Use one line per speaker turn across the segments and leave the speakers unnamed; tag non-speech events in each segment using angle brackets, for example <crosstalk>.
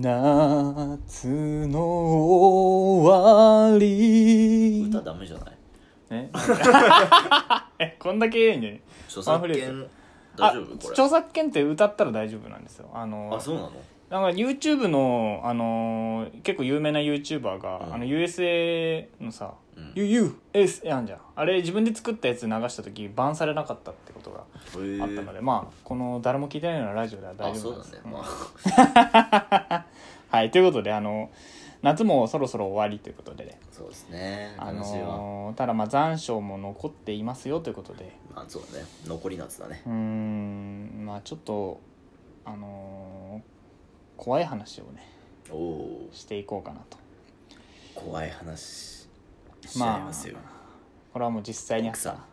夏の終わり
歌ダメじゃない
え <laughs> えこんだけええんじゃない
著
ワンフ
作
レー
権大丈夫
あ
これ
著作権って歌ったら大丈夫なんですよあの
あそうなの
なんか YouTube の、あのー結構有名な YouTuber が、
うん
あの USA のさ、
うん
UUS やんじゃんあれ自分で作ったやつ流した時バンされなかったってことが
へえ
あったので、まあこの誰も聞いてないようなラジオでは大
あ
丈
そ
夫
う
なんで
だ
す
ね
うん
まあ
はいということであの夏もそろそろ終わりということでね、
そうですね
あ
悲しいわ
のーただまあ残暑も残っていますよということで
まあそうだね残り夏だね
うーんまあちょっとあのー怖い話をね
おお
していこうかなと
怖い話しち
まあ
ゃいますよ
これはもう実際にあっ
奥
た
さん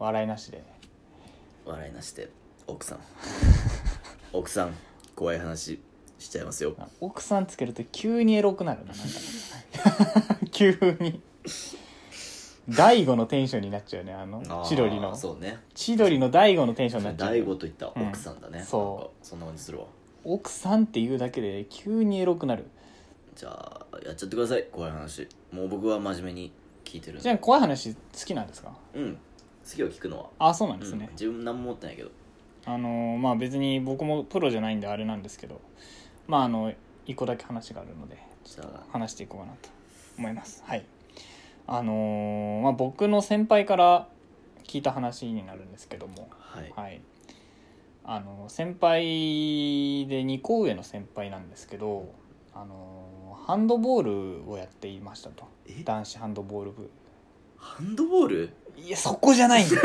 笑いなしで
笑いなしで
<laughs>
奥さん奥さん怖い話しちゃいますよ
奥さんつけると急にエロくなるななんかね <laughs> 急に大悟のテンションになっちゃうねあの
あー
千鳥の
そうね
千鳥の大悟のテンションになっちゃう
大悟といった奥さんだね、
うん
そ
そうう
そんな感じするわ
奥さんっていうだけで急にエロくなる
じゃあやっちゃってください怖い話もう僕は真面目に聞いてるん
じゃあ
で
怖い話好きなんですか
うん次を聞くのは
あそうなんです
うん
ね、
自分何も持ってないけど
あのーまあ別に僕もプロじゃないんであれなんですけどまああの一個だけ話があるので
じゃあ
話していこうかなと思いますはいあのーまあ僕の先輩から聞いた話になるんですけども
はい
はいあの先輩で2個上の先輩なんですけどあのハンドボールをやっていましたと
え
男子ハンドボール部
ハンドボール <laughs>
いやそこじゃないんだよ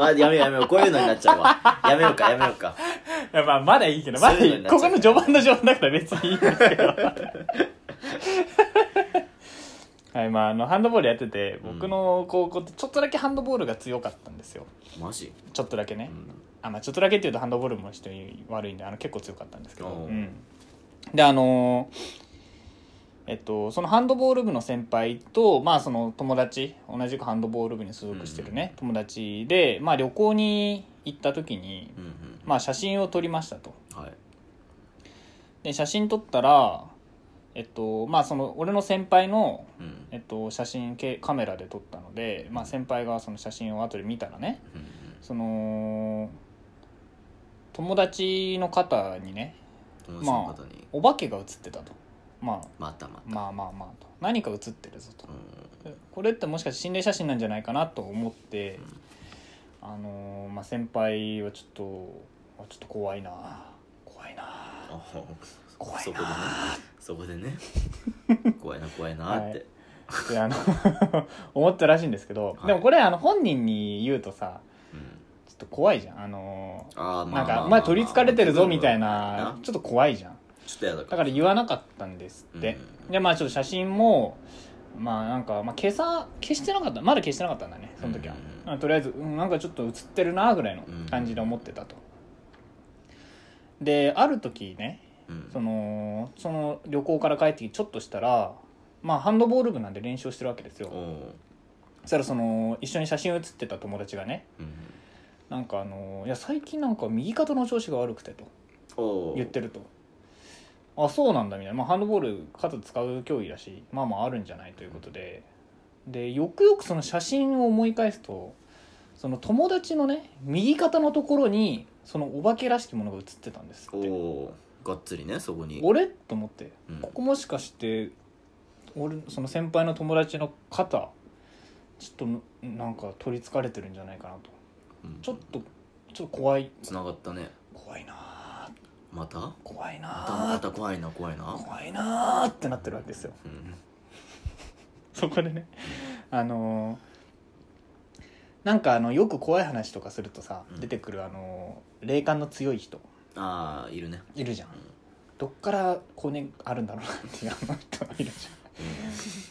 あやめようやめようこういうのになっちゃうわ <laughs> やめようかやめようか
いやまあまだいいけどまだ
そういうの
い
に
い
なっち
こ
ゃう
この序盤の序盤だから別にいいんですけどはいまああのハンドボールやってて僕の高校ってちょっとだけハンドボールが強かったんですよ
マジ、
ちょっとだけ
う
ね、
ん、
あまあ、ちょっとだけっていうとハンドボールも人に悪いんであの結構強かったんですけど、
お
う
う
んであのーえっとそのハンドボール部の先輩と、まあ、その友達同じくハンドボール部に所属してるね、友達で、まあ、旅行に行った時に
う、ん
まあ、写真を撮りましたと
うんはい
で写真撮ったらえっとまあその俺の先輩の、
うん
えっと、写真けカメラで撮ったので、まあ、先輩がその写真を後で見たらね、
うん
その友達の方にね
うん友達の方に、
お化けが映ってたと、まあ、
またまた、
まあまあまあと何か映ってるぞと
う
これってもしかして心霊写真なんじゃないかなと思って
ん、うん
あのーまあ、先輩はちょっとあちょっと怖いな怖いな
あ
怖
そ
い
こでね
な
そこでね
<laughs>
怖いな怖いなって、
ってあの <laughs> 思ったらしいんですけど、
はい
でもこれあの本人に言うとさ
うん、
ちょっと怖いじゃんあの
あ
ー
あ
な
ま
ん
あまあまあ
かお前取りつかれてるぞみたい
まあ
なちょっと怖いじゃん
ちょっとやだ
だから言わなかったんですって、でまあちょっと写真もまあなんか、まあ、消さ消してなかったまだ消してなかったんだねその時は
うん、うんうん
まあとりあえず、うん、なんかちょっと写ってるなぐらいの感じで思ってたと、である時ね
うん
そのその旅行から帰ってきてちょっとしたらまあハンドボール部なんで練習をしてるわけですよ
おお
そしたらその一緒に写真写ってた友達がね
うん
なんかあのいや最近なんか右肩の調子が悪くてと
お
言ってるとあそうなんだみたいな、まあ、ハンドボール肩使う競技だしまあまああるんじゃないということででよくよくその写真を思い返すとその友達のね右肩のところにそのお化けらしきものが写ってたんです
お
って
おがっつりねそこに
俺と思って
うん
ここもしかして俺その先輩の友達の肩ちょっとなんか取りつかれてるんじゃないかなと
うん
ちょっとちょっと怖い
つながったね
怖いなあ
またま
怖いな
た
あ
また怖いな怖いな
怖いなーってなってるわけですよ
うん
そこでねあのーなんかあのよく怖い話とかするとさ、
うん
出てくるあのー霊感の強い人
ああいるね
いるじゃん
うん
どっから骨あるんだろうなっていうあの人がいるじ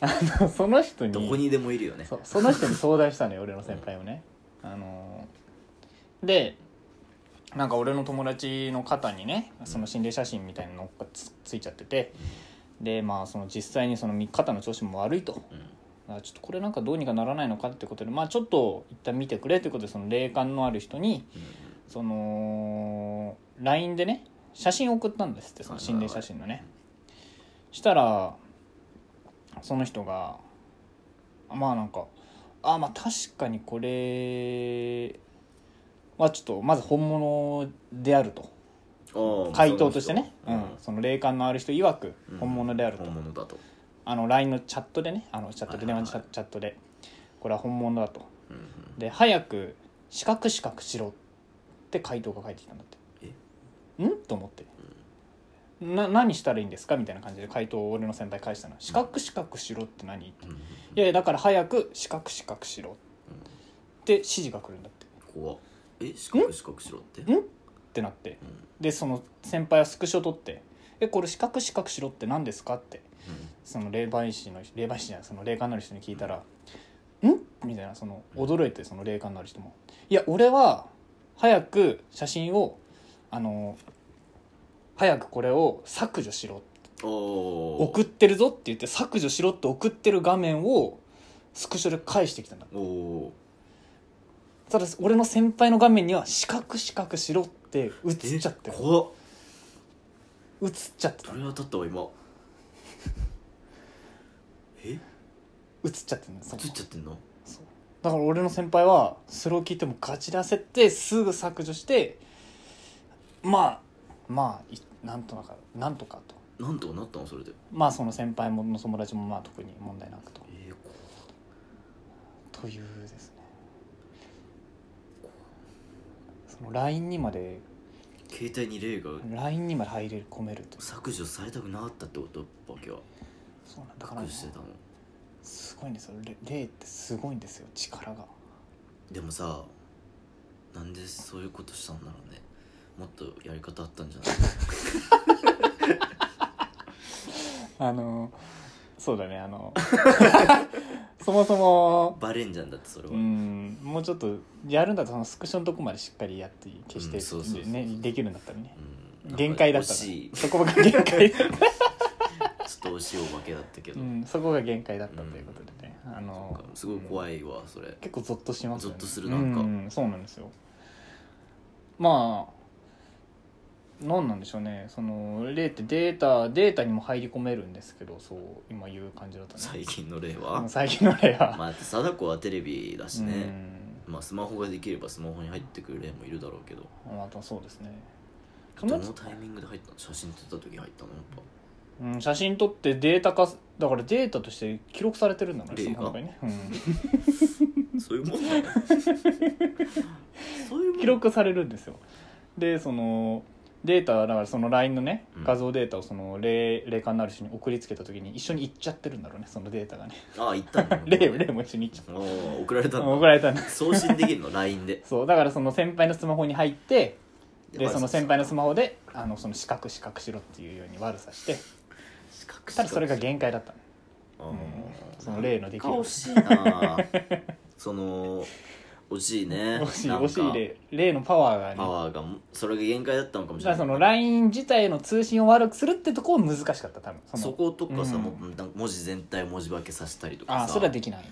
ゃん <laughs> あのその人に
どこにでもいるよね
そうその人に相談したのよ俺の先輩をね、あのーでなんか俺の友達の肩にねその心霊写真みたいなのがつついちゃっててでまあその実際にそのみ肩の調子も悪いと
うん
あちょっとこれなんかどうにかならないのかってことでまあちょっと一旦見てくれということでその霊感のある人に
うん
その LINE でね写真送ったんですってその
はい
心霊写真のねしたらその人がまあなんかあまあ確かにこれはちょっとまず本物であると
ああ
回答としてね、
そ
うん
の
その霊感のある人曰く
うん
本物である
人
と、
本物だと
あの LINE のチャットでねあのチャットで
は
電
いはいはい
話のチャチャットでこれは本物だと
うんうん
で早く四角四角しろって回答が返ってきたんだってんと思って、な何したらいいんですかみたいな感じで回答を俺の先輩返したの四角四角しろって何、い
うんうん
やいやだから早く四角四角しろって指示が来るんだって
怖っえ四角四角しろっ
ん
て
ってなって
うん
でその先輩はスクショ取って「えこれ四角四角しろって何ですか?」ってその霊媒師の霊媒師じゃないその霊感のある人に聞いたら「ん?」みたいなその驚いてその霊感のある人も「いや俺は早く写真をあの早くこれを削除しろ
おお
送ってるぞ」って言って削除しろって送ってる画面をスクショで返してきたんだ
おお
ただ俺の先輩の画面には「四角四角しろ」って映っ
え
ちゃってる
怖っ
映っちゃってた
鳥肌立ったわ今え
映っちゃってるんです
ついちゃってんの
そうだから俺の先輩はそれを聞いてもガチで焦ってすぐ削除してまあまあいなんとかなんとかと
なんとかなったのそれで
まあその先輩もの友達もまあ特に問題なくと
えー、怖っ
というですねその LINE にまで
携帯に霊が
LINE にまで入れ込めると
削除されたくなかったってことバケは
そうなんだから、
隠
ね、
してたの
すごいんですよれ霊ってすごいんですよ力が
でもさなんでそういうことしたんだろうねもっとやり方あったんじ
<laughs>
ゃない
あのそうだねあのそもそも
バレんじゃんだってそれは、
うんもうちょっとやるんだったらそのスクショのとこまでしっかりやって消
うんそうそ
し
うそう
て、
そう
ね、できるんだったらね
うん
限界だった
な
ら
んか惜しいち
そこが限
<laughs>
界、
ょっと惜しいお化けだったけ
う
ど、
ん、そこが限界だったということでね、あの
すごい
い
怖いわそれ
結構ゾッとしますよね
ゾッとするなんか
うん、そうなんですよまあなんなんでしょうねその例ってデータデータにも入り込めるんですけどそう今言う感じだったね
最近の霊
う
は
ん最近の例は、
<laughs> まあだって貞子はテレビだし
う
ね、
ん
まあスマホができればスマホに入ってくる霊もいるだろうけど
まああとはそうですね
どのタイミングで入ったの写真撮った時入ったのやっ
うん、写真撮ってデータ化すだからデータとして記録されてるんだもんね
データ
スマホにね、う
ぱそういうも
<laughs>
んなのそういうもん
ん、記録されるんですよでそのデータだからその LINE のね
うん
画像データをその霊霊感のある人に送りつけた時に一緒に行っちゃってるんだろうねそのデータがね
ああ行ったの
霊霊も一緒に行っちゃっ
おー送られた
た
の
送られたんだ
送信できるの LINE で
そうだからその先輩のスマホに入ってでその先輩のス
マ
マホであのその四角四角しろっていうように悪さして
ホ
ただそれが限界だったのうんその例のできる
顔惜し
<laughs>
いなその惜しいね
惜しい
なんか
惜しい霊霊のパワーがね
パワーがそれが限界だったのかもし
じゃ
れ
あそ
な
の
い
LINE 自体の通信を悪くするってとこは難しかった多分その
そことかさ
うん
もうなんか文字全体を文字化けさせたりとか
あ
さ
あそれはできない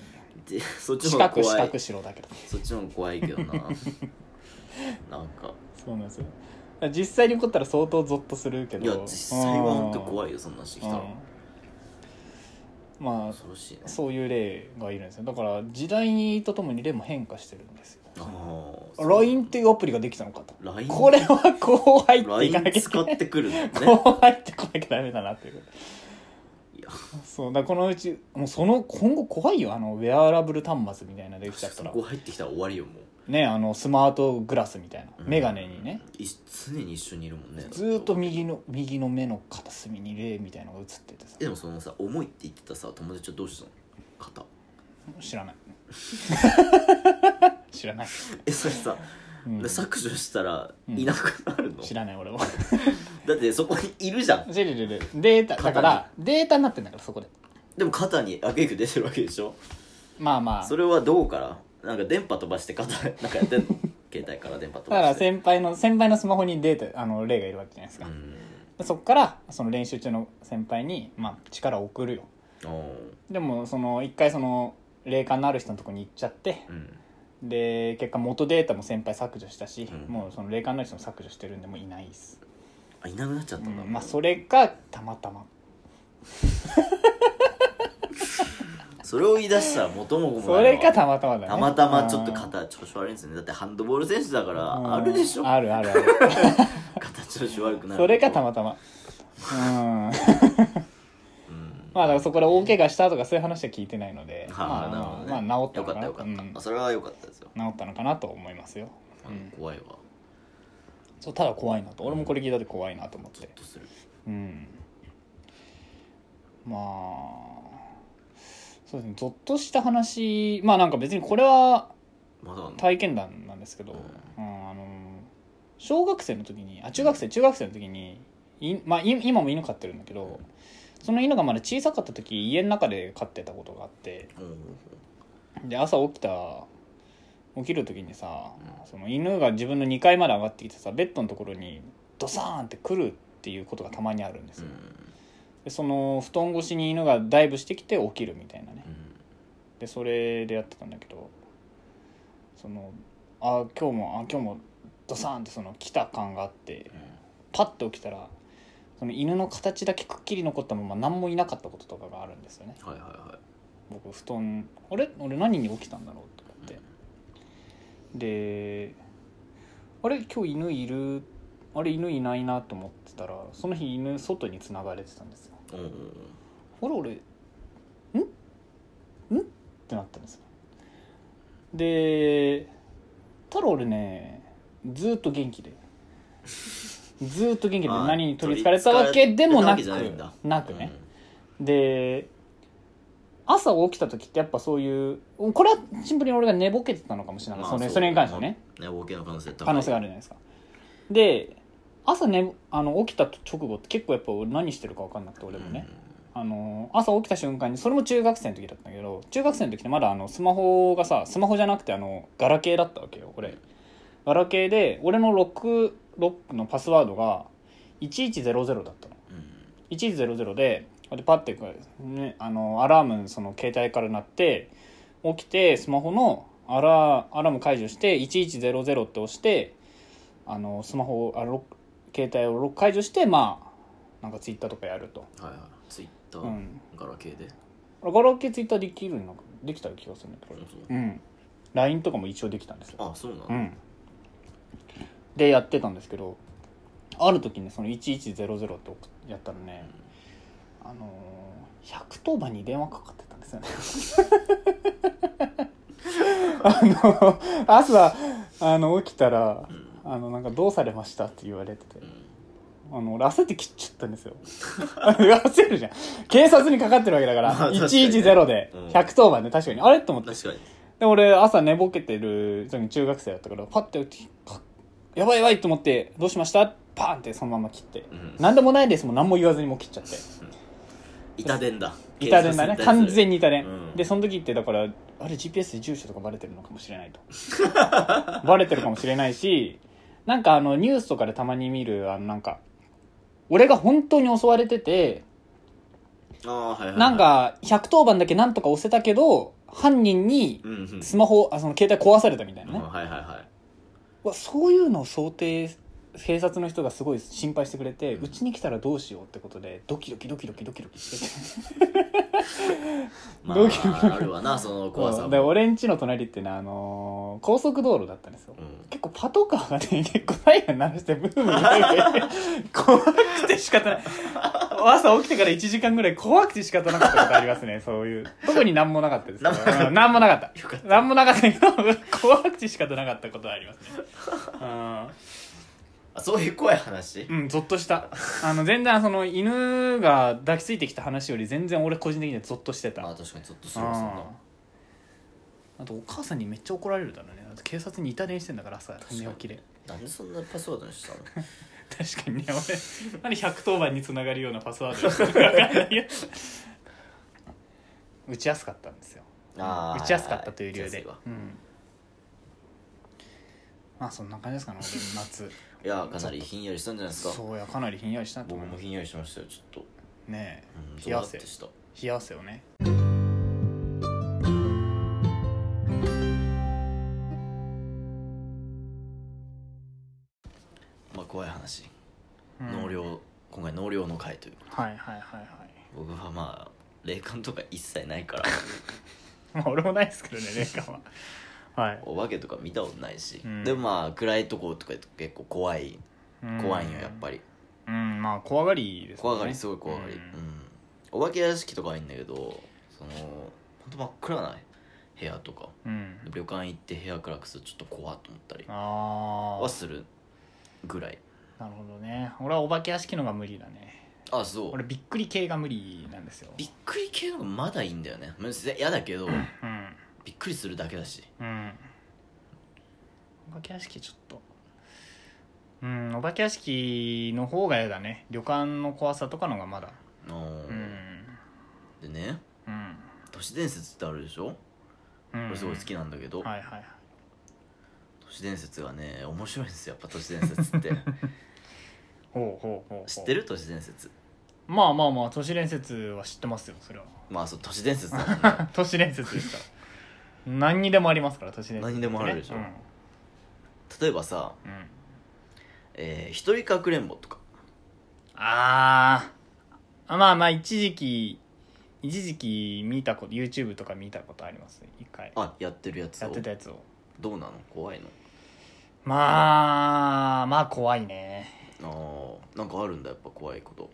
でそっち
四
の方
角
が
四
怖い
角しろだけど
そっちの方が怖いけど
<laughs>
ななんか
そうなんですよ実際に起こったら相当ゾッとするけど
いや実際は本当
い
怖いよそんな話来たら
まあ
恐ろしいね
そういう例がいるんですよだから時代とともに例も変化してるんですよ
あーそう
LINE っていうアプリができたのかと
LINE
これはこう入っていかな
LINE
きゃい
使
けな
っ
い
てくる
<laughs>
のね
こう入ってこなきゃダメだなっていう
いや
そうだからこのうちもうその今後怖いよあのウェアラブル端末みたいなのできちゃった
そ
ら
こ入ってきたら終わりよも
ねあのスマートグラスみたいな、
う
メガネにね
い常に一緒にいるもんね
ずーっと右の右の目の片隅に霊みたいのが映っててさ
でもそのさ重いって言ってたさ友達はどうしたの
<laughs>
肩
知ら
<laughs>
ない知らない、
えそれさ、
うん
で削除したら
うん
いなくなるの、
知らない俺は
だってそこにいるじゃん
知る知る知るデータだからデータになってんだからそこで
でも肩に悪影響出てるわけでしょ
まあまあ
それはどうからなんか電波飛ばして肩なんかやってん
<laughs>
の携帯から電波飛
だか
ば
ら
して
先輩の先輩のスマホにデータあの霊がいるわけじゃないですか、
うん
でそこからその練習中の先輩に、まあ、力を送るよ
おー
でもその一回その霊感のある人のとこに行っちゃって、
うん
で結果元データも先輩削除したし、
うん
もうその霊感の人も削除してるんでもういないです
あいなくなっちゃったんだ、
うんまあそれかたまたま
それを言い出したら元も子もないわ
それかたまたまだね
たまたまちょっと
うん
肩調子悪いんですよねだってハンドボール選手だか
うん
らあるでしょ
あるあるある
肩調子悪くなる
それかたまたまうん
うん
まあだからそこで大怪我したとかそういう話は聞いてないので、
はあ
まあ、
なるほどね
まあ治った
よ
のか
かった
な
よかった、
うん
あそれはよかったですよ、
治ったのかなと思いますよ。
あ
うん
怖いわ
そうただ怖いなと俺もこれ聞いた時怖いなと思っ
ちょ
て
っとする
うんまあそうですねゾッとした話まあなんか別にこれは
まだあんの
体験談なんですけど、うんあの小学生の時にあ中学生中学生の時にい、まあ、い今も犬飼ってるんだけどその犬がまだ小さかった時家の中で飼ってたことがあって
うんうん
で朝起きた起きる時にさ、その犬が自分の2階まで上がってきてさベッドのところにドサーンって来るっていうことがたまにあるんです
う
よ、
ん
でその布団越しに犬がダイブしてきて起きるみたいなね
うん
でそれでやってたんだけどそのあ今日もあ今日もドサーンってその来た感があってパッて起きたらその犬の形だけくっきり残ったまま何もいなかったこととかがあるんですよね
はいはいは
僕布団あれ俺何に起きたんだろうと思って、であれ今日犬いるあれ犬いないなと思ってたらその日犬外に繋がれてたんですよ
いうんうんうん
あれ俺んんってなったんですよでただ俺ねずーっと元気でずーっと元気で
あー
何に取りつかれたわけでもな
取
く
り憑かれたわけじゃないんだ
なくね、で朝起きた時ってやっぱそういうこれはシンプルに俺が寝ぼけてたのかもしれない、
まあ
それ
う
それに関してはね
ね大怪我の可能性高い
可能性があるじゃないですかで朝、ね、あの起きた直後って結構やっぱ俺何してるか分かんなくて俺もね、あの朝起きた瞬間にそれも中学生の時だったんだけど中学生の時ってまだあのスマホがさスマホじゃなくてあのガラケーだったわけよ俺ガラケーで俺のロックロックのパスワードが1100だったの
うん
1100ででパッてこう、ね、あのアラームその携帯から鳴って起きてスマホのアラアラーム解除して1100って押してあのスマホをあロック携帯をロック解除してまあなんかツイッターとかやると、
うんはいはいツイッタ
う
ー
ん、
ガラケーで
ガラケーツイッターできるのかできた気がするんだけど
そうそ
う
う
ん、LINE とかも一応できたんですよ、
あそうなん
う
だ
ん、でやってたんですけどある時にその1100ってやったらね、あのー、110番に電話かかってたんですよねあの朝あの起きたら
うん
「あのなんかどうされました?」って言われてて
う。ん
あの俺焦って切っちゃったんですよ焦るじゃん警察にかかってるわけだから、
まあ確かにね
110で
うん
110番で確かに、あれと思って
確かに
で俺朝寝ぼけてる時に中学生だったからパッて起きてかやばいやばいと思ってどうしましたパーンってそのまま切って、
うん
何でもないですもん何も言わずにもう切っちゃって
痛伝だ
痛電だね完全
に
に痛電、
うん
でその時ってだからあれ GPS で住所とかバレてるのかもしれないと <laughs> バレてるかもしれないしなんかあのニュースとかでたまに見るあのなんか俺が本当に襲われてて
ああはいはいはい
なんか110番だけなんとか押せたけど犯人に
うんうん
スマホあその携帯壊されたみたいな
うん
ね、
はいはいはいう
わそういうのを想定警察の人がすごい心配してくれてうち、に来たらどうしようってことでドキドキドキドキドキドキして
ま
ドキドキ
ああるわなその怖さ
てで
も
俺んちの隣ってね、あのー高速道路だったんですよ、
うん
結構パトカーがね結構サイレン鳴らしてブームになる怖くて仕方ない朝起きてから1時間ぐらい怖くて仕方なかったことありますねそういう特に何もなかったです
なんもなかった
うんなんもなかった
よかった
何もなかったけど怖くて仕方なかったことはありますねうん
あそういう怖い話
うんゾッとしたあの全然その犬が抱きついてきた話より全然俺個人的にはゾッとしてた
ま
あ
あ確かにちょっとするわそんな
ああとお母さんにめっちゃ怒られるだろうねだって警察に痛電してんだから朝
に
寝起きで
なんでそんなパスワードにしたの
確かにね <laughs> 俺何110番につながるようなパスワード分かんないよ <laughs> 打ちやすかったんですよ
あー
打ちやすかったという理由
打ちや
です
いわ
うんまあそんな感じですかね俺の夏
いやかなりひんやりしたんじゃないですか
そうや <laughs> かなりひんやりしたなと思います
僕もひんやりしましたよちょっと
ねえ
うん
冷や汗
ゾワッとした
冷や汗をね
まあ怖い話
うん
納涼今回納涼の会という
はいはいはいはい
僕はまあ霊感とか一切な
<laughs>
いから
まあ俺もないですけどね霊 <laughs> 感ははい
お化けとか見たことないし、
うん
でもまあ暗いとことか結構怖い怖いんよやっぱ
り
り
うんまあ怖がりですもん
怖がりすごい怖がり、うんお化け屋敷とかはいいんだけどその本当真っ暗な部屋とか
うん、うん
旅館行って部屋暗くするとちょっと怖っと思ったり
あ
は
あ
するぐらい
なるほどね俺はお化け屋敷のが無理だね
あそう
俺びっくり系が無理なんですよ
びっくり系のがまだいいんだよねまあ嫌だけど
うん
びっくりするだけだし
うんお化け屋敷ちょっとうんお化け屋敷の方が嫌だね旅館の怖さとかのがまだ
あー
うん
でね
うん
都市伝説ってあるでしょ
うん
俺すごい好きなんだけど、
はいはいはい
都市伝説がね面白いんですよやっぱ都市伝説って
<laughs> ほうほうほうほう
知ってる都市伝説
まあまあまあ都市伝説は知ってますよそれは
まあそう都市伝説だか
<laughs>
らね
都市伝説ですから何にでもありますから都市伝説、
何にでもあるでしょ
うん
例えばさ
うん
えー、一人かくれんぼとか
ああまあまあ一時期一時期見たこと YouTube とか見たことあります一回
あやってるやつ
や
を
ってたやつを
どうなの怖いの
まあまあ怖いね
あーなんかあるんだやっぱ怖いこと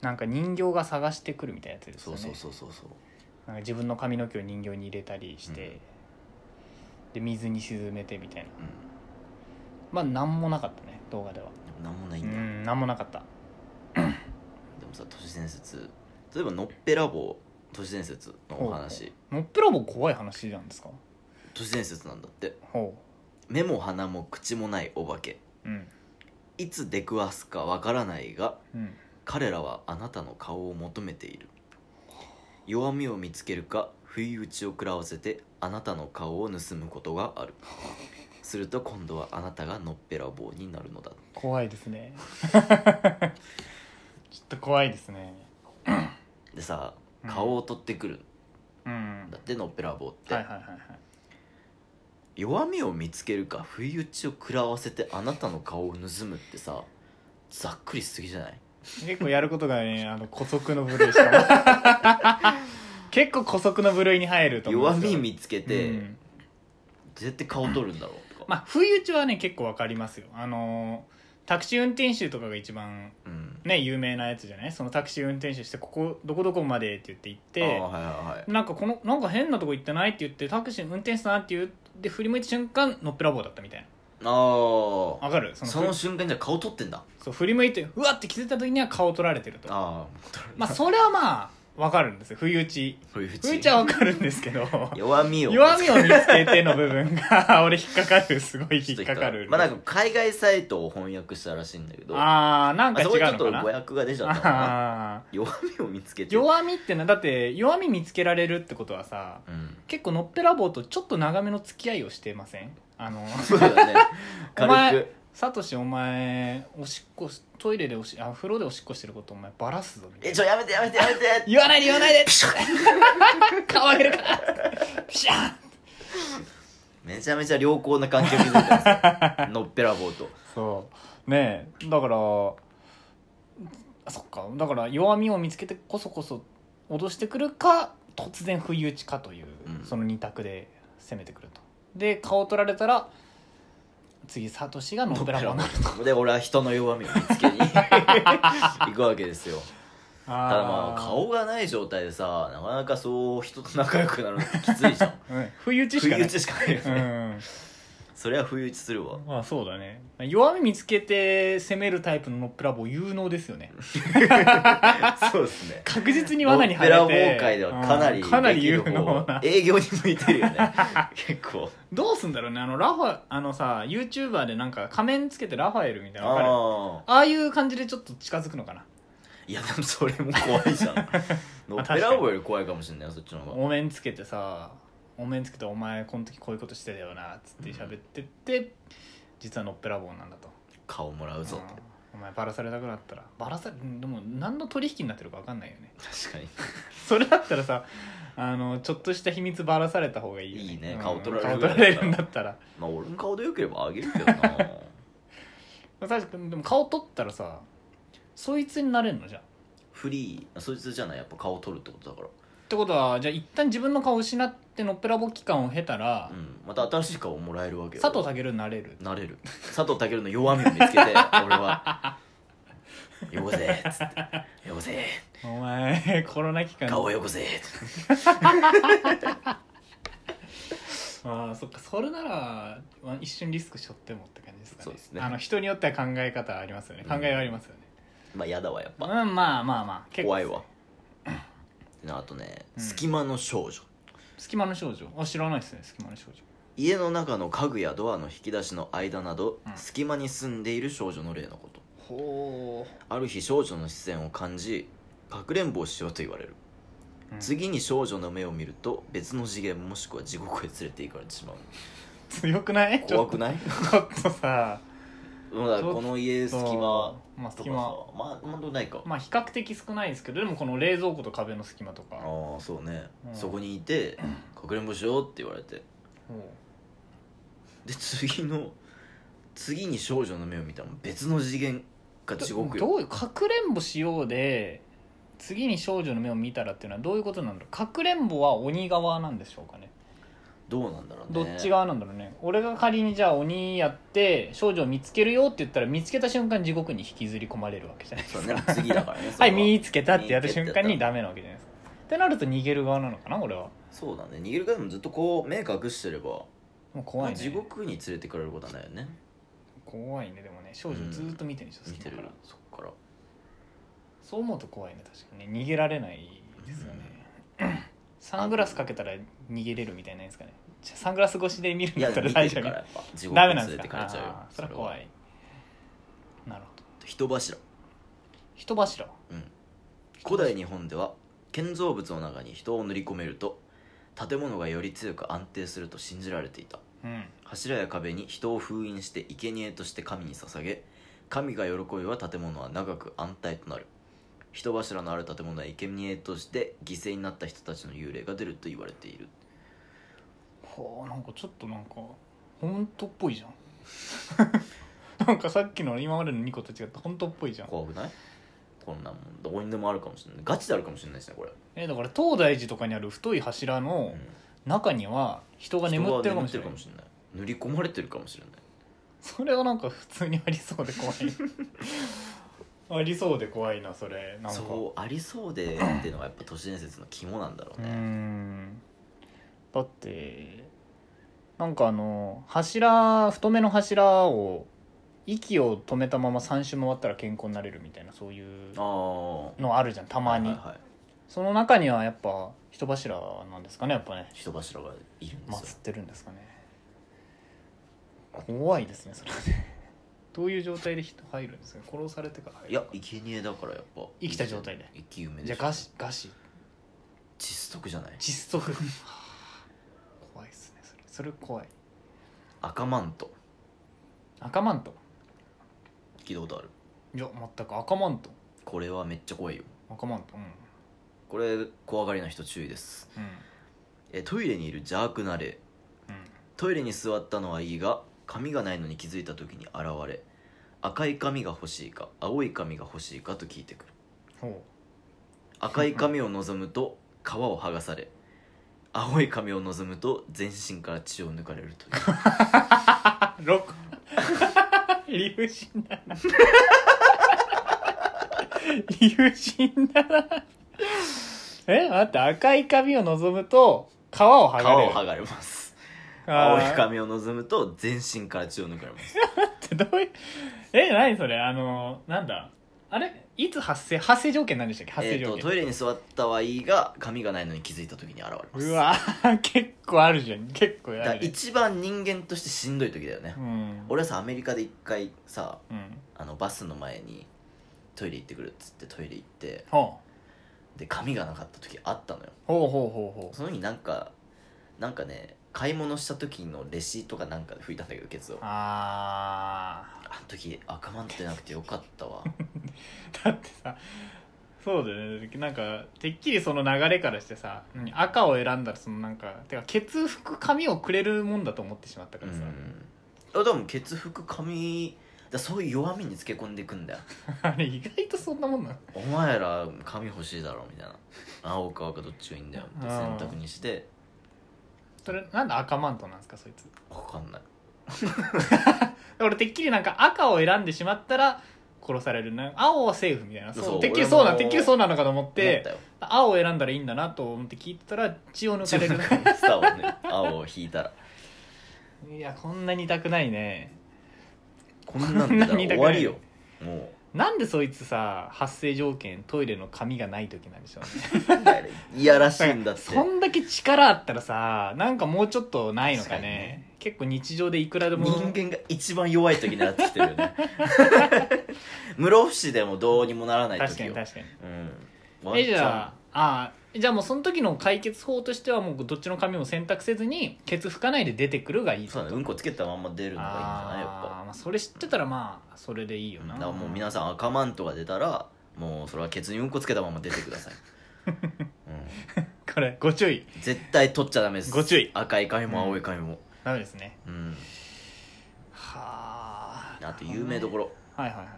なんか人形が探してくるみたいなやつです
そ
よ
う
ね
そうそうそうそう
なんか自分の髪の毛を人形に入れたりして、
うん
で水に沈めてみたいな
う
まあ何もなかったね動画では
んでもなんもない
うん
だ、
ん何もなかった
でもさ都市伝説例えばのっぺらぼう都市伝説のお話
のっぺらぼう怖い話なんですか
都市伝説なんだって
ほ
目も鼻も口もないお化け
ううん
いつ出くわすかわからないが
うん
彼らはあなたの顔を求めている弱みを見つけるか不意打ちを食らわせてあなたの顔を盗むことがあるすると今度はあなたがのっぺらぼうになるのだ
怖いです <laughs> ねちょっと怖いですね
でさ
うん
顔を取ってくるん
うん
だってのっぺらぼうって、
はいはいはいはい
弱みを見つけるか不意打ちを食らわせてあなたの顔を盗むってさざっくりしすぎじゃない
結構やることがね <laughs> あの古速の部類しかない <laughs> 結構古速の部類に入ると思
弱
うんです
み
よ
見つけて、
うん
どうやって顔取るんだろうとか、
まあ不意打ちはね結構わかりますよあのタクシー運転手とかが一番
うん
ね有名なやつじゃないそのタクシー運転手してここどこどこまでって言って行って
ああはいはいはい
なんかこのなんか変なとこ行ってないって言ってタクシーの運転手さんって言って振り向いた瞬間のっぺらぼうだったみたい
あ
な
あ
わかるそ
そ
の
の
ふ
瞬間じゃ顔取ってんだ
そう振り向いてうわって気づいた時には顔取られてると
ああ
まあそれはまあわかるんですよ不意打ち
不意打
不意打
ち
ちはわかるんですけど
弱みを
弱みを見つけての部分が <laughs> 俺引っかかるすごい引っかかる
まあなんか海外サイトを翻訳したらしいんだけど
ああなん
まあ
か違
そうこでちょ
の
っと
か
誤
な
訳が出ちゃったのかな
あー
弱みを見つけて
弱みってなだって弱み見つけられるってことはさ
うん
結構のっぺらぼうとちょっと長めの付き合いをしてませんあの
そうだね
<laughs> お前
軽く
サトシお前おしっこしトイレでおしあ風呂でおしっこしてることお前バラすぞみたい
え
な
ちょやめてやめてやめて
言わないで言わないで顔上げるからピシャー <laughs>
めちゃめちゃ良好な関係を築いてますよのっぺらぼうと
そうねえだからあそっかだから弱みを見つけてこそこそ脅してくるか突然不意打ちかという、
うん
その二択で攻めてくるとで顔取られたら次サトシがのっぺらぼうになる
で俺は人の弱みを見つけに行くわけですよ
<laughs>
ただまあ顔がない状態でさなかなかそう人と仲良くなるのってきついじゃ
<laughs>
ん
うん不意打ち
不
しか
意
な
打
い
ちしかないよね、
うん
それは不意打ちするわ
まあそうだね弱み見つけて攻めるタイプののっぺらぼう有能ですよね
<laughs> そうですね
確実に
ノ
罠に
ッ
は
ペ
れて
ラ崩界ではかなり
うんかな
で
り
きる
有
方
能な
営業に向いてる
<laughs>
よね結構
どうすんだろうねあのラファあのさ YouTuber でなんか仮面つけてラファエルみたいなのわかるあ
ああ
あいう感じでちょっと近づくのかない
やでもそれも怖いじ
<laughs>
ゃんノッペラボより怖いかもしれないよそっちの方が
お面つけてさお面つけて「お前この時こういうことしてたよな」っつって喋ってって、実はのっぺらぼうなんだと
顔もらうぞと
うんお前バラされたくなったらバラされでも何の取引になってるか分かんないよね <laughs>
確かに
それだったらさあのちょっとした秘密ばらされた方がいいよ
いいね
うん
顔取られ
顔
る
取られるんだったら <laughs>
まあ俺の顔でよければあげるけどな
確かにでも顔取ったらさそいつになれんのじゃん
フリーあそいつじゃないやっぱ顔を取るってことだか
ってことはじゃあ一旦自分の顔を失ってのっぺらぼう期間を経たら、
ら、うん、また新しい顔をもらえるわけよ
佐藤健になれる
なれる佐藤健の弱みを見つけて
<laughs>
俺は「よこせ」っつって「よこせ
お前コロナ期間
顔をよこせ」
ああそっかそれならまあ一瞬リスクしょってもって感じですかね
そうですね
あの人によっては考え方ありますよね
うん
考えがありますよね、
まあ嫌だわやっ
うん、
ぱ
まあまあまあ結構
怖いわあとね「
うん
隙間の少女」
隙間の少女あ知らないですね隙間の少女
家の中の家具やドアの引き出しの間など、
うん
隙間に住んでいる少女の例のこと
ほ
ある日少女の視線を感じかくれんぼをしようと言われる、
うん
次に少女の目を見ると別の次元もしくは地獄へ連れて行かれてしまう
う <laughs> 強くない
怖くない
<laughs> ちょっとちょっとさ
うんだからこの家隙間
まあ
と
隙間
かさまあまあないか、
まあ比較的少ないですけどでもこの冷蔵庫と壁の隙間とか
ああそうね、
うん
そこにいてかくれんぼしようって言われて
ほ
で次の次に少女の目を見たら別の次元か
う
地獄よ
どういうかくれんぼしようで次に少女の目を見たらっていうのはどういうことなんだろうかくれんぼは鬼側なんでしょうかね
どうなんだろうね
どっち側なんだろうね俺が仮にじゃあ鬼やって少女を見つけるよって言ったら見つけた瞬間に地獄に引きずり込まれるわけじゃ
<laughs>
ないです
そ
か、
うね次だか
<laughs>
らね
はい
それ
見つけたってやった瞬間
見つけ
に
た
ダメなわけじゃないですかってなると逃げる側なのかな俺は
そうだね逃げるからもずっとこう目隠してれば、
もう
ま
怖
あ、
いね
地獄に連れてくれることはないよね
怖いねでもね少女ずーっと見てるでしょ、
見てる
隙間から
そっから
そう思うと怖いね確かにね逃げられないですよね、サングラスかけたら逃げれるみたいなやつかねじゃあサングラス越しで見るん
い
だ
や
ったら
見
大
て
丈
る
夫
からやっぱ地獄
ダ
に
メなん
連
で
れ
す
て
か
かれちゃうよ
あーそれは怖いなるほど
人柱
人柱
うん古代日本では建造物の中に人を塗り込めると建物がより強く安定すると信じられていた
うん
柱や壁に人を封印して生贄として神に捧げ神が喜べば建物は長く安泰となる人柱のある建物は生贄として犠牲になった人たちの幽霊が出ると言われている
はあなんかちょっとなんか本当っぽいじゃん <laughs> なんかさっきの今までの2個と違って本当っぽいじゃん
怖くないこんなもんどこにでもあるかもしれないガチであるかもしれないですねこれ、
えだから東大寺とかにある太い柱の
うん
中には人が眠ってるかもしれない
人が眠ってるかもしれない塗り込まれてるかもしれない
それはなんか普通にありそうで怖いあ
<laughs>
りそうで怖いなそれなんか
そうありそうでっていうのがやっぱ都市伝説の肝なんだろう
うー
ね、
んだってなんかあの柱太めの柱を息を止めたまま3周回ったら健康になれるみたいなそういう
ああ
のあるじゃんたまに、
はいはいはい
その中にはやっぱ人柱なんですかねやっぱね
人柱がいるんですよ
祀ってるんですかね怖いですねそれはねどういう状態で人入るんですか殺されてから入る
いや生贄だからやっぱ
生きた状態で
生き埋めで
じゃあ餓死餓死
窒息じゃない
窒息 <laughs> 怖いっすねそれそれ怖い
赤マント
赤マント
聞いたことある
いや全く赤マント
これはめっちゃ怖いよ
赤マントうん、
これ怖がりな人注意です
うん
えトイレにいる邪悪な霊
うん、
トイレに座ったのはいいが髪がないのに気づいた時に現れ赤い髪が欲しいか青い髪が欲しいかと聞いてくる
ほ
赤い髪を望むと <laughs> 皮を剥がされ青い髪を望むと全身から血を抜かれるという
うあ六 <laughs> 理不尽だな <laughs> 理不尽だなえ待って赤い髪を望むと皮を剥
皮
がれ
を
る
剥がれます
あ
青
ー
い髪を望むと全身から血を抜かれます
って <laughs> どういうえ何それあのなんだあれいつ発生発生条件何でしたっ <laughs> け発
え
生
ー、
条
と
件、
トイレに座ったはいいが髪がないのに気づいた時に現れます
うわ結構あるじゃん結構
だか
あ
ら
るね
一番人間としてしんどい時だよね、
うん
俺はさアメリカで一回さ
うん
あのバスの前にトイレ行ってくるっつってトイレ行って
ほう
で髪がなかった時あったのよ
ほうほうほうほう
その日なんかなんかね買い物した時のレシートかなんかで拭いたんだけどケツをあ
あ
の時赤マンってなくてよかっ
<laughs>
たわ
ーだってさそうだよねなんかてっきりその流れからしてさ何赤を選んだらそのなんかてかケツ拭く髪をくれるもんだと思ってしまった
う
からさ、
んあでもケツ拭く髪らそういう弱みにつけ込んでいくんだよ
<laughs> あれ意外とそんなもんなの
お前ら髪欲しいだろみたいな青か赤どっちがいいんだよって選択にして
それなんで赤マントなんですかそいつ
わかんない
俺てっきりなんか赤を選んでしまったら殺されるな青はセーフみたいなそう
そう
てっきりそう
俺
な
も
てっきりそうなのかと思っ
思ってたよ
青を選んだらいいんだなと思って聞いてたら血を抜か
自
れ
分
る
のスターをね青を引いたら
<laughs> いやこんなに痛くないね
こんなんだったら終わりよも
なんでそいつさ発生条件トイレの紙がない時なんでしょうね
うなんだよいやらしいん <laughs> だって
そんだけ力あったらさなんかもうちょっとないのかね
確かにね
結構日常でいくらでも
人間が一番弱い時になってきてるよ
<laughs>
ね室伏でもどうにもならない
確か
時
に
よ
確かに
うんワン
え
チ
じ
ャ
ゃ
ン
ああじゃあもうその時の解決法としてはもうどっちの髪も選択せずにケツ拭かないで出てくるがいいと
そうだねうんこつけたまんま出るのがいいんじゃないやっぱ
あーまあ、それ知ってたらまあそれでいいよな、
だからもう皆さん赤マントが出たらもうそれはケツにうんこつけたまま出てくだ
<laughs>
さい、う
これご注意
ん、絶対取っちゃダメです
ご注意
赤い髪も青い髪も
ダメですね
うん、
はあ
あと有名どころ
はいはいはい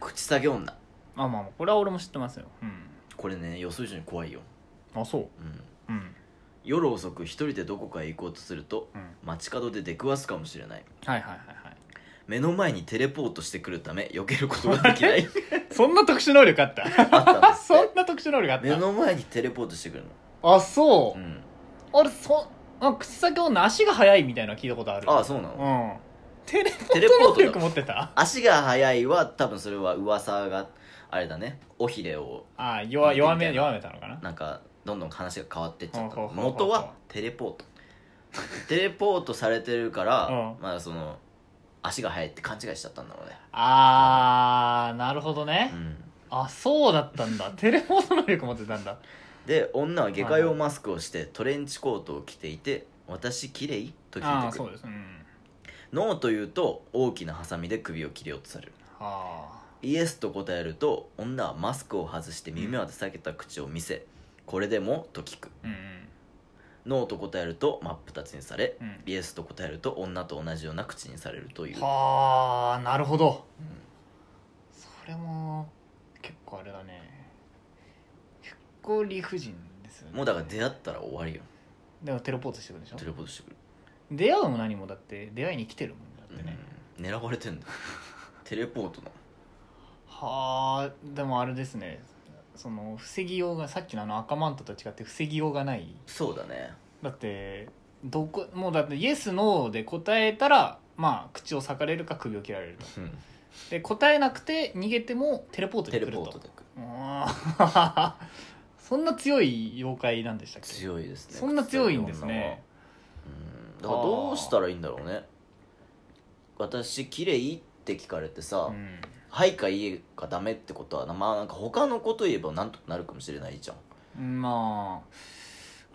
口下げ女
あまあまあこれは俺も知ってますようん
これね予想以上に怖いよ、
あそう
うん、
うん
夜遅く一人でどこかへ行こうとすると
うん
街角で出くわすかもしれない
はいはいはいはい
目の前にテレポートしてくるため避けることができない
そんな特殊能 <laughs> 力あった <laughs>
あったん <laughs> です
そ
っ
んな特殊能力あって
目
た
の前にテレポートしてくるの、
あそうう、
ん、
あれそあ口先女足が速いみたいなの聞いたことある
ああそうなの
うんテレポ
テレポー
ー
トだ
ト能力持ってた
足が速いは多分それは噂があれだね尾ひれを
ああ弱弱め
みたいな
弱めたのかな
なんかどんどん話が変わってっちゃった
ほうほうほうほう
元はテレポ
<laughs>
ートテレポートされてるから、
うん
まあその足が速いって勘違いしちゃったんだろうね、
あーなるほどね、
うん、
あそうだったんだテレポート能力持ってたんだ
で女は下界用マスクをしてトレンチコートを着ていて「私綺麗と聞
あ
い
あ
て
<laughs> そう
くる
ですうん
「ノー」と言うと大きなハサミで首を切り落とされる
あ
イエスと答えると女はマスクを外して耳まで下げた口を見せ「これでも?」と聞く
ーうんうん
ノーと答えると真っ二つにされ、
うん
イエスと答えると女と同じような口にされるという、
はあなるほど
うん
それも結構あれだね結構理不尽ですよね
もうだから出会ったら終わりよ
でもテレポートしてくるでしょ
テレポートしてくる、
出会うも何もだって出会いに来てるもんだってね、
うん、狙わ
<laughs>
れてんだテレポートの
はあでもあれですねその防ぎようがさっきのあの赤マントと違って防ぎようがない
そうだね
だってどこもうだってイエスノーで答えたらまあ口を裂かれるか首を切られるとで答えなくて逃げてもテレポート
テ
で来
レ
る
ポー
と
トで来る
うーん <laughs> そんな強い妖怪なんでしたっけ
強いですね
そんな強いんですね
うんだからどうしたらいいんだろうね私綺麗って聞かれてさ、
うん
はいかいいかダメってことはまあなんか他のこと言えばなんとかなるかもしれないじゃん
ま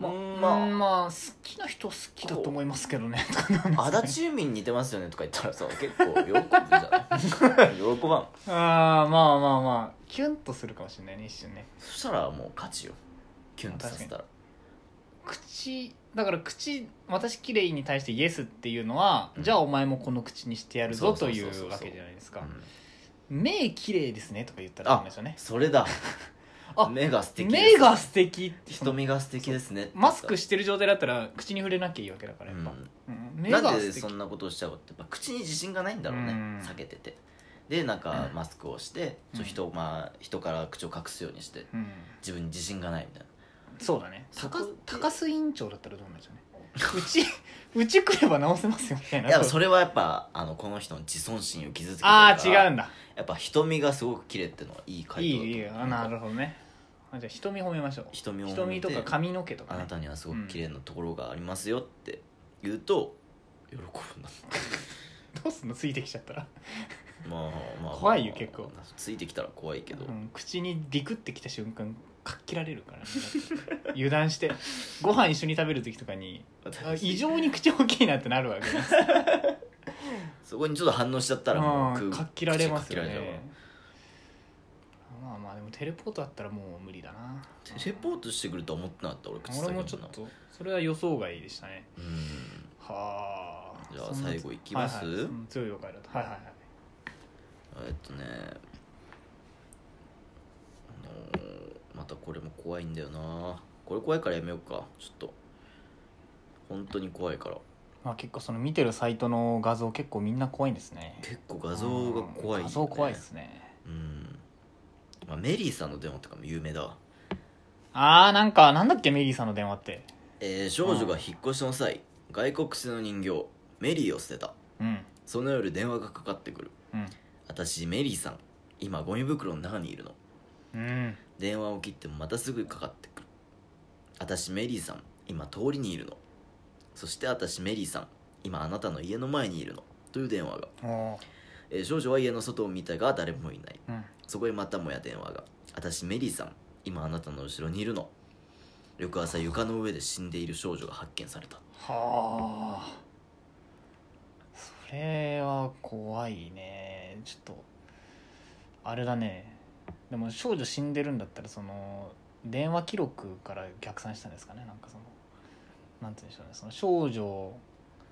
あまあ、
うんま
ま
あ
あ好きな人好きだと思いますけどね <laughs> とかなんです
足立由美に似てますよねとか言ったらさ結構喜ぶじゃ
<laughs>
ない喜ばん
ああまあまあまあキュンとするかもしれないね一瞬ね
そしたらもう勝ちよキュンとさせたら
口だから口私綺麗に対してイエスっていうのは、
うん
じゃあお前もこの口にしてやるぞと
そうそう
い
そうそうそう
うわけじゃないですか
うん
目綺麗ですねとか言ったらダメですよね
それだ
あ
目が素敵です
目が素敵って
瞳が素敵ですね
マスク
し
してる状態だったら口に触れなきゃいいわけだからやっぱ、うん目が
なんで
素敵
そんなことをしちゃうかってやっぱ口に自信がないんだろうね
うん
避けててでなんかマスクをしてちょ
うん
人,、まあ、人から口を隠すようにして
うん、
自分に自信がないみたいな
そうだね
そ
高
こで
高須委員長だったらどうなんでしょうねうち <laughs> うち来れば直せますよみたいない
やそれはやっぱあのこの人の自尊心を傷つけてるか
あ
ら
あ違うんだ
やっぱ瞳がすごく綺麗ってのはいい回答だ
い
と思う
いいいあなるほどねあじゃあ瞳褒めましょう
瞳を
瞳とか髪の毛とか、
あ
ね、
なたにはすごく綺麗なところがありますよって言うと喜ぶんだ
どうすんのついてきちゃったら、
まあまあ
怖いよ結構
ついてきたら怖いけど、
うん、口にビクってきた瞬間かっ切られる
<laughs>
から、ね、油断してご飯一緒に食べる時とかにあ異常に口大きいなってなるわけです
そこにちょっと反応しちゃったら
うん
もう食う
かっ切られますよ
口が切られちゃ
ねまあまあでもテレポートだったらもう無理だな
うからテレポートしてくると思ってなかった俺口先
俺もちょっとそれは予想外でしたね
うん
はあ
じゃあ最後いきます
はいはい、その強い妖怪だとはいはいはい
えっとねあのーまたこれも怖いんだよなこれ怖いからやめようかちょっと本当に怖いから
まあ、結構その見てるサイトの画像結構みんな怖いんですね
結構画像が怖
う
い、
ん画像怖いですね
うん、まあ、メリーさんの電話とかも有名だわ
あーなんかなんだっけメリーさんの電話って
えー少女が引っ越しの際外国製の人形メリーを捨てた
うん
その夜電話がかかってくる
うん
私メリーさん今ゴミ袋の中にいるの
うん
電話を切ってもまたすぐかかってくる私メリーさん今通りにいるのそして私メリーさん今あなたの家の前にいるのという電話が、
おー
えー少女は家の外を見たが誰もいない
うん
そこへまたもや電話が私メリーさん今あなたの後ろにいるの翌朝床の上で死んでいる少女が発見された
はあそれは怖いねちょっとあれだねでも少女死んでるんだったらその電話記録から逆算したんですかねなんかそのなんて言うんでしょうねその少女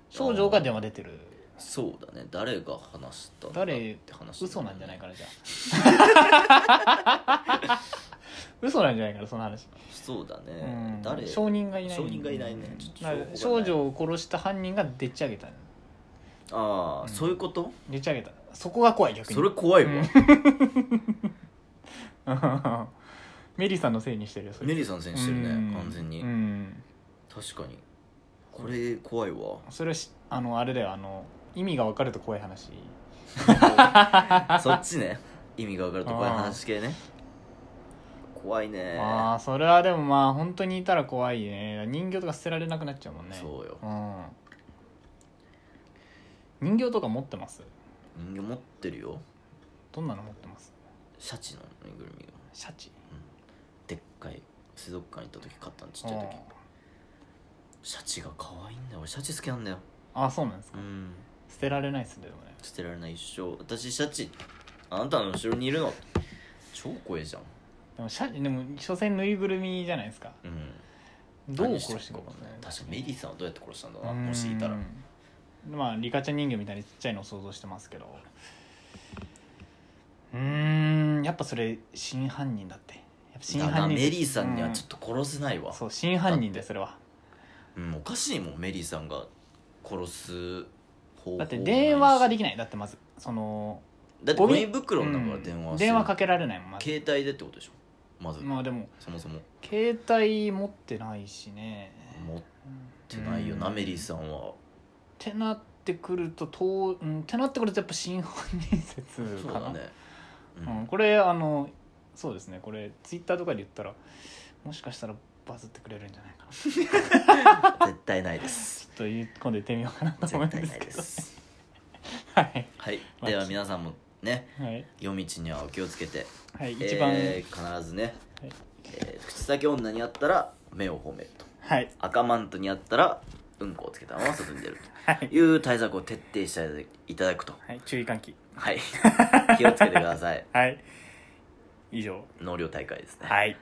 少女が電話出てる
そうだね誰が話したんだ
誰
って話
嘘なんじゃないかなじゃあ
<laughs>
嘘なんじゃないかなその話、
そうだね、
うん
誰
証人がいない
証人がいないねちょっと証拠がない
うん少女を殺した犯人がでっち上げた
ああ、
うん
そういうこと
でっち上げたそこが怖い逆に
それ怖いわ、
うん <laughs> メリーさんのせいにしてるよそれ
メリーさん選手してるね
うん
完全に、
うん
確かにこれ怖
<laughs>
いわ
それはしあのあれだよあの意味が分かると怖い話
そっちね意味が分かると怖い話系ね怖いね
ああそれはでもまあ本当にいたら怖いね人形とか捨てられなくなっちゃうもんね
そうよ
うん人形とか持ってます
人形持ってるよ
どんなの持ってます
シャチのぬいぐるみが
シャチ
でっかい水族館行った時買ったのちっちゃい時
あ
シャチが可愛いんだよ俺シャチ好きなんだよ
ああそうなんです
う
か
ん
捨てられないっすねでもね
捨てられない一生私シャチあなたの後ろにいるの超怖いじゃん
でもシャチでも所詮ぬいぐるみじゃないですか
うん
どう
何
殺して
る
く
の
るかね
確かにメリーさんはどうやって殺したんだろうなもしいたら
うんまあリカちゃん人形みたいにちっちゃいのを想像してますけどうーんやっぱそれ真犯人だってやっぱ真
だな
犯人
メリーさんにはちょっと殺せないわ
うん、そう真犯人でそれは
うん、おかしいもんメリーさんが殺す方法
だって電話がで
き
きないだってまずその
だって
ゴ
ゴ
ミ
ミ袋の中から電話
う
する
ん電話かけられないもんまず
携帯でってことでしょまず、
まあでも
そもそも
携帯持ってないしね
持ってないよな、
うん
メリーさんは
ってなってくるとと、うん、ってなってくるとやっぱ真犯人説
そう
かな
だねうん
うん、これあのそうですねこれツイッターとかで言ったらもしかしたらバズってくれるんじゃないかなちょ
絶対ないです
<laughs> っと言い今度言ってみようかなと思うん
絶
です
対ない
け
で
ど
す
はい
はい
まあ
では皆さんもね
はい、
夜道にはお気をつけて
はい、一番、
えー必ずね、
はい
えー口先女にあったら目を褒めると
はい
赤マントにあったらうんこをつけたまま外に出る
はい
という対策を徹底していただくと
はい注意喚起 <laughs>
はい。気をつけてください。
はい以上
納涼大会ですね。
はい